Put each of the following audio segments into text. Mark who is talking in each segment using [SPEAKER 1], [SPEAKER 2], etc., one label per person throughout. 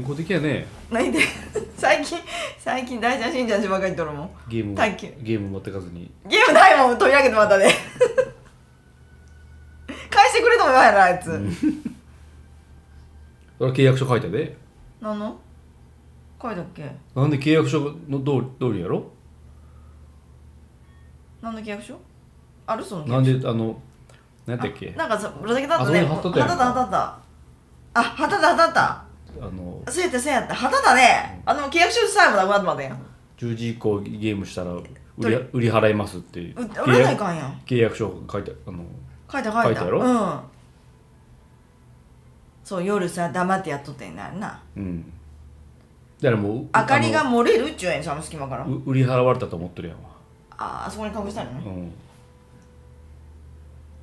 [SPEAKER 1] 康的やね
[SPEAKER 2] ないで最近最近大ちゃんしんちゃんしばっかりとるもん
[SPEAKER 1] ゲーム
[SPEAKER 2] 探求
[SPEAKER 1] ゲーム持ってかずに
[SPEAKER 2] ゲームないもん取り上げてまたね返してくれとも言わへんなあいつ、
[SPEAKER 1] それは契約書書いたで
[SPEAKER 2] 何の書いたっけ
[SPEAKER 1] なんで契約書の通り通りやろ
[SPEAKER 2] 何の契約書あるその契約書
[SPEAKER 1] なんであの何やったっけ
[SPEAKER 2] なんかさぶら下げたったね
[SPEAKER 1] あそこに貼っとったやん
[SPEAKER 2] 貼っとったあ貼っとった貼っとった
[SPEAKER 1] あの
[SPEAKER 2] そうやったそうやった旗だねあの契約書さえもなくなってまったやん
[SPEAKER 1] 10時以降ゲームしたら売り売り払いますっていう
[SPEAKER 2] う売ら
[SPEAKER 1] 契
[SPEAKER 2] ない
[SPEAKER 1] 約
[SPEAKER 2] かんやん
[SPEAKER 1] 契約書書いてあの
[SPEAKER 2] 書いた書
[SPEAKER 1] 書
[SPEAKER 2] い
[SPEAKER 1] い
[SPEAKER 2] た
[SPEAKER 1] たやろ
[SPEAKER 2] うんそう夜さ黙ってやっとってんなるな
[SPEAKER 1] うんだからもう
[SPEAKER 2] 明かりが
[SPEAKER 1] あ
[SPEAKER 2] 漏れるっちゅうやんその隙間から
[SPEAKER 1] のう売り払われたと思ってるやんわ
[SPEAKER 2] ああそこに隠したの
[SPEAKER 1] う
[SPEAKER 2] ね
[SPEAKER 1] ん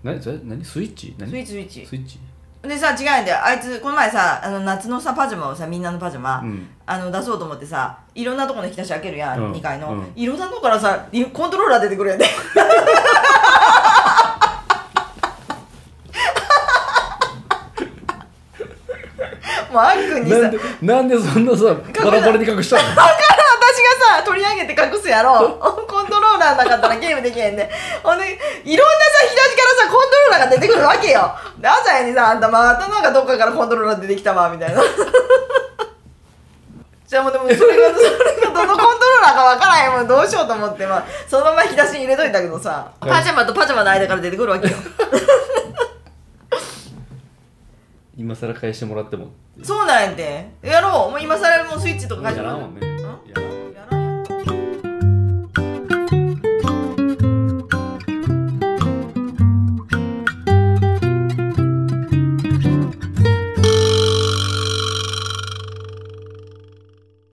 [SPEAKER 1] 何それ何スイッチ何
[SPEAKER 2] スイッチスイッチ
[SPEAKER 1] スイッチ
[SPEAKER 2] でさ違うんだよあいつこの前さあの夏のさパジャマをさみんなのパジャマ、
[SPEAKER 1] うん
[SPEAKER 2] あの出そうと思ってさいろんなとこの引き出し開けるやん、
[SPEAKER 1] うん
[SPEAKER 2] 2階の、
[SPEAKER 1] うん
[SPEAKER 2] いろんなとこからさリコントローラー出てく るやんねもうあっくんにさ
[SPEAKER 1] なんでなんでそんなさバラバラに隠したの
[SPEAKER 2] だから私がさ取り上げて隠すやろ コントローラーなかったらゲームできへんでほんでいろんなさ引き出しからさコントローラーが出てくるわけよで朝やにさあんたまたなんかどっかからコントローラー出てきたわみたいな じゃあもうでもそれがそれがどのコントローラーかわからへんもんどうしようと思って、まあ、そのまま引き出しに入れといたけどさ
[SPEAKER 1] はい
[SPEAKER 2] パジャマとパジャマの間から出てくるわけよ
[SPEAKER 1] 今更返してもらっても
[SPEAKER 2] そうなんやてやろうもう今更もうスイッチとか
[SPEAKER 1] や
[SPEAKER 2] 始ま
[SPEAKER 1] ら
[SPEAKER 2] る
[SPEAKER 1] んもんねやらん